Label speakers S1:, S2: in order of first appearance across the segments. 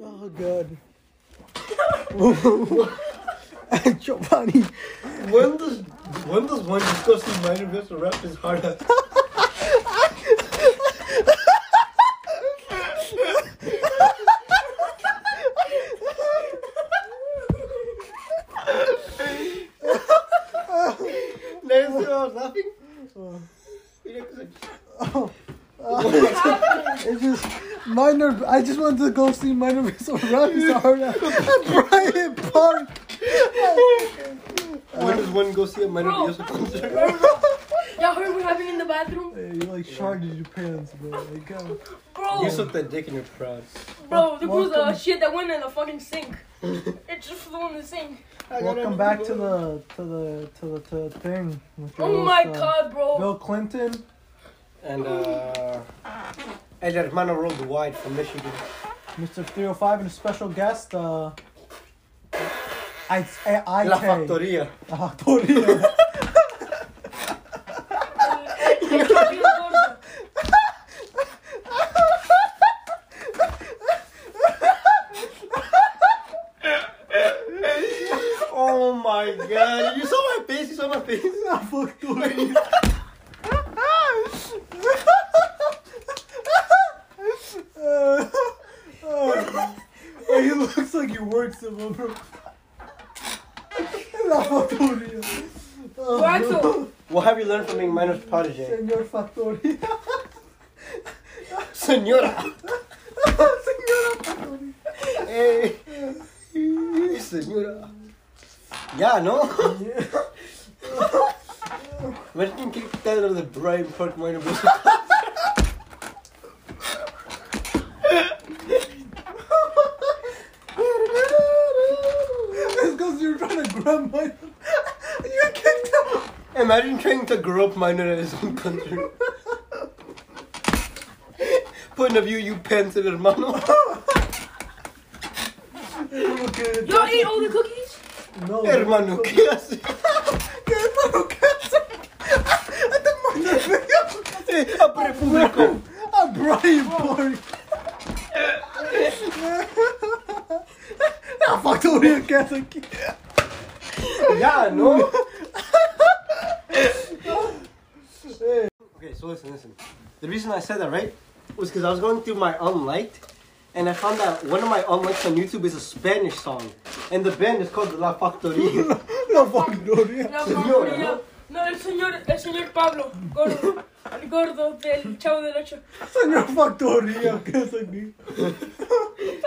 S1: Oh god. Chobani.
S2: When does when does one disgusting minor gets to wrap his heart up? Nancy, I was laughing. You know, 'cause I-
S1: It's just minor. I just wanted to go see minor verse of Rocky Sahara at Bryant Park.
S2: When does one go see a minor
S3: Bro.
S2: Biosa concert?
S3: Bro, bro. Y'all heard what happened in the bathroom?
S1: Hey, you like sharded your pants, bro. Like, go.
S3: Bro,
S2: You suck that dick in your crowd.
S3: bro, there was a
S1: Welcome.
S3: shit that went in the fucking sink. It just flew in the sink.
S1: Welcome back to the to the to the to the thing. With your
S3: Oh
S1: host,
S3: my
S1: uh,
S3: god, bro.
S1: Bill Clinton.
S2: And uh, El Hermano Worldwide from Michigan.
S1: Mr. 305 and a special guest, uh, I, I, I,
S2: La Factoria.
S1: La Factoria.
S2: Oh my god, you saw my face, you saw my face.
S1: La Factoria. Uh, oh, oh, he looks like he works at one, bro. La Factoria. Oh,
S3: Waxo.
S2: What have you learned from being minor protege?
S1: Senor Factoria.
S2: Senora!
S1: Senora Factoria.
S2: Hey! Senora! Yeah, no?
S1: Yeah.
S2: Imagine kick Taylor the Brian Park minor blues.
S1: It's because you're trying to grab my. you kicked him.
S2: Imagine trying to grow up minor at his own country. Point of view, you pants el hermano.
S1: Okay.
S3: Y'all ate all the cookies?
S1: No.
S2: hermano, ¿qué haces?
S1: ¿Qué hermano? ¿Qué hace?
S2: Eh, Apre público.
S1: A Brian Park. La factoría que hace aquí.
S2: Yeah, no? Okay, so listen, listen. The reason I said that, right, was because I was going through my unliked, and I found that one of my unlikes on YouTube is a Spanish song, and the band is called La Factoría.
S1: La factoría.
S3: La
S2: Señora,
S3: factoría. No, el señor, el señor Pablo, gordo. El gordo del chavo del ocho.
S1: Señor factoría que é hace aquí.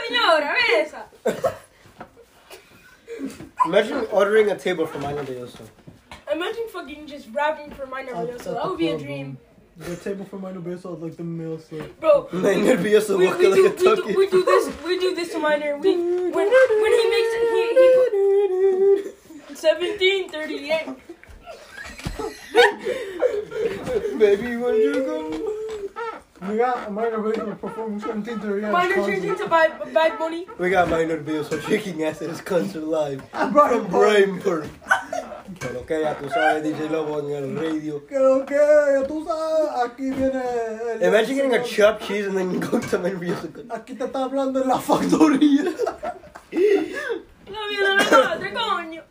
S3: Señora, ve esa.
S2: Imagine ordering a table for Mano de Yoso.
S3: Imagine fucking just rapping for my nervous.
S1: At- at
S3: That
S1: the
S3: would be a
S1: club,
S3: dream.
S1: The table for my new baseball like the male slip.
S3: Bro,
S2: My nervioso
S3: we, we,
S2: walking
S3: do,
S2: like a
S3: we, do, we
S2: turkey.
S3: do this we do this to minor. We when when he makes it he, he put seventeen thirty eight.
S2: Baby, when you go.
S1: We got a minor baseball performance 1738.
S3: Minor turns into bad bad money.
S2: We got my nervioso shaking ass at his concert live.
S1: A Brian Park.
S2: Brainford. Pero que ya tú sabes, DJ Lobo en el radio.
S1: Que lo que, ya tú sabes, aquí viene. el-
S2: Imagine getting a chopped cheese and then going to my musical.
S1: Aquí te está hablando en la factoría.
S3: No, no, no, no, they're calling you.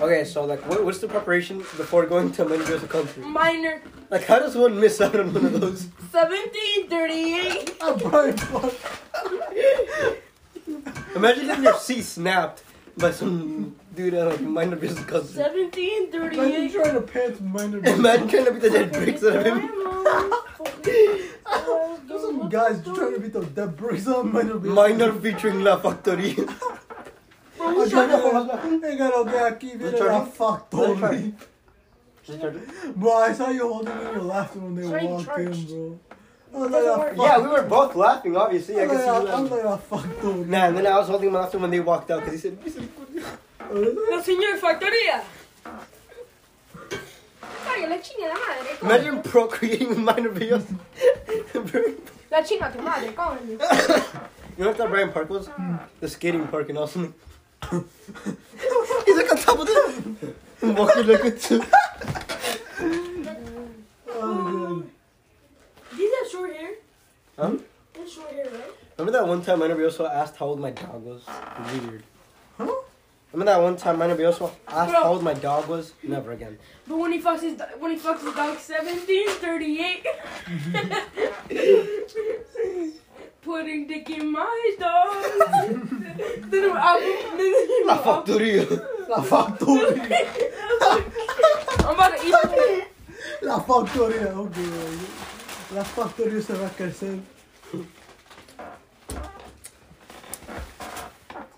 S2: Okay, so like, what, what's the preparation before going to my musical country?
S3: Minor
S2: Like, how does one miss out on one of those?
S3: seventeen thirty eight.
S1: A Brian Park.
S2: Imagine if your C snapped by some dude at like minor business cousin.
S3: Seventeen thirty
S1: Imagine
S3: eight.
S1: trying to pants minor baseball.
S2: Imagine trying to beat the dead bricks out of him.
S1: There's some guys trying to beat the dead bricks on minor baseball.
S2: Minor featuring La Factoría.
S1: Hey, que lo que, aquí viene la
S2: Charlie.
S1: factoría. Bro, I saw you holding in your laughter when they
S3: Sorry,
S1: walked in,
S3: charged.
S1: bro. I was like,
S3: Doesn't
S1: "Ah,
S3: work."
S1: fuck.
S2: Yeah, we were both laughing, obviously. I
S1: I'm
S2: can see
S1: like,
S2: you
S1: "Ah, I'm like
S2: laughing.
S1: a factory.
S2: Nah, and then I was holding my laughter when they walked out because he said, "Listen,
S3: La señor factoría. Ay, La chinga la madre. coño.
S2: Imagine procreating with minor videos. you
S3: La chinga tu madre, coño.
S2: know what that Brian Park was? The skating park in Austin. He's like on top of the walking like a two.
S1: Oh,
S3: These have short hair.
S2: Huh?
S3: They have short hair, right?
S2: Remember that one time Minor Bioso asked how old my dog was? Weird. Huh? Remember that one time Minor Bioso asked
S3: Bro.
S2: how old my dog was? Never again.
S3: But when he fucks his do- when he fucks his dog 17, 38. Putting dick in my dog. Little album. Little album.
S1: factoría. La factoría.
S3: I'm about to eat it.
S1: La factoría. Ok, ok. La factoría se va a crecer.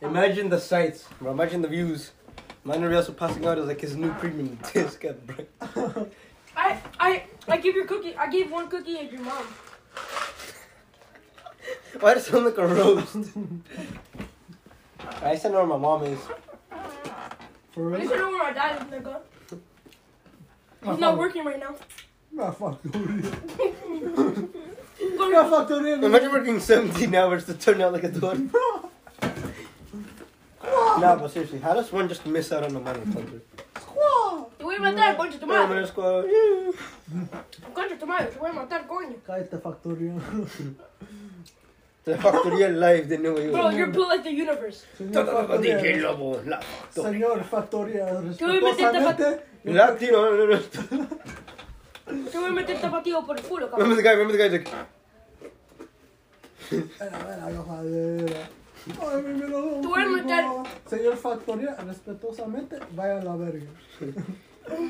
S2: Imagine the sights, bro. Imagine the views. Minor Bioso passing out is like his new premium disc at break.
S3: I I I give your cookie. I gave one cookie to your mom.
S2: Why does it sound like a roast? I still know where my mom is.
S1: For
S3: I
S1: real.
S3: should know where my dad is, nigga.
S1: La,
S3: He's not
S1: fac-
S3: working right now.
S1: la factoría. La
S3: Go
S1: factoría.
S2: Imagine working 17 hours to turn out like a dog. nah, but seriously, how does one just miss out on the money? Thunder?
S1: Squaw.
S3: to- Where my dad going to
S2: Hey, Minor
S3: tomorrow?
S2: Squad.
S3: Going to tomorrow. Where my dad going?
S1: Cállate, factoría.
S2: The factoría live, they knew what you
S3: Bro,
S2: were.
S3: you're built like the universe.
S1: Señor factoría.
S2: Lobo, la-
S1: Señor factoría.
S3: Yo voy a meter la
S1: Respetuosamente.
S2: Latino, no, no, no.
S3: Te voy a meter tapatío por el culo,
S2: Remember
S3: cabrón.
S2: the guy, remember the guy, he's like,
S1: Espera, espera, gozadera. Ay, mi melón.
S3: Tú eres metal.
S1: Señor factoría, respetuosamente, vaya a la verga.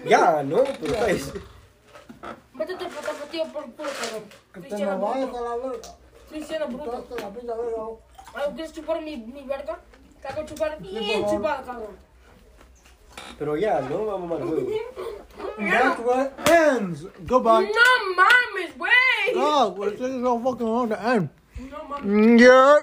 S2: yeah, no, pues, guys.
S3: Métete tapatío por el culo, cabrón.
S1: Que te
S3: Cristiano
S1: me vayas
S3: Bruto.
S1: a la verga.
S3: Cristiano
S1: Tú
S3: Bruto.
S1: hasta la pinche verga.
S3: Ah, ¿Quieres chupar mi, mi verga? Te hago chupar bien
S1: favor.
S3: chupada, cabrón.
S2: Pero oh, yeah, no, vamos mal juego.
S1: That's where it ends.
S3: No
S1: Goodbye.
S3: mames, güey.
S1: God, we're taking so fucking long to end. Mm,
S3: No mames.
S1: Yeah.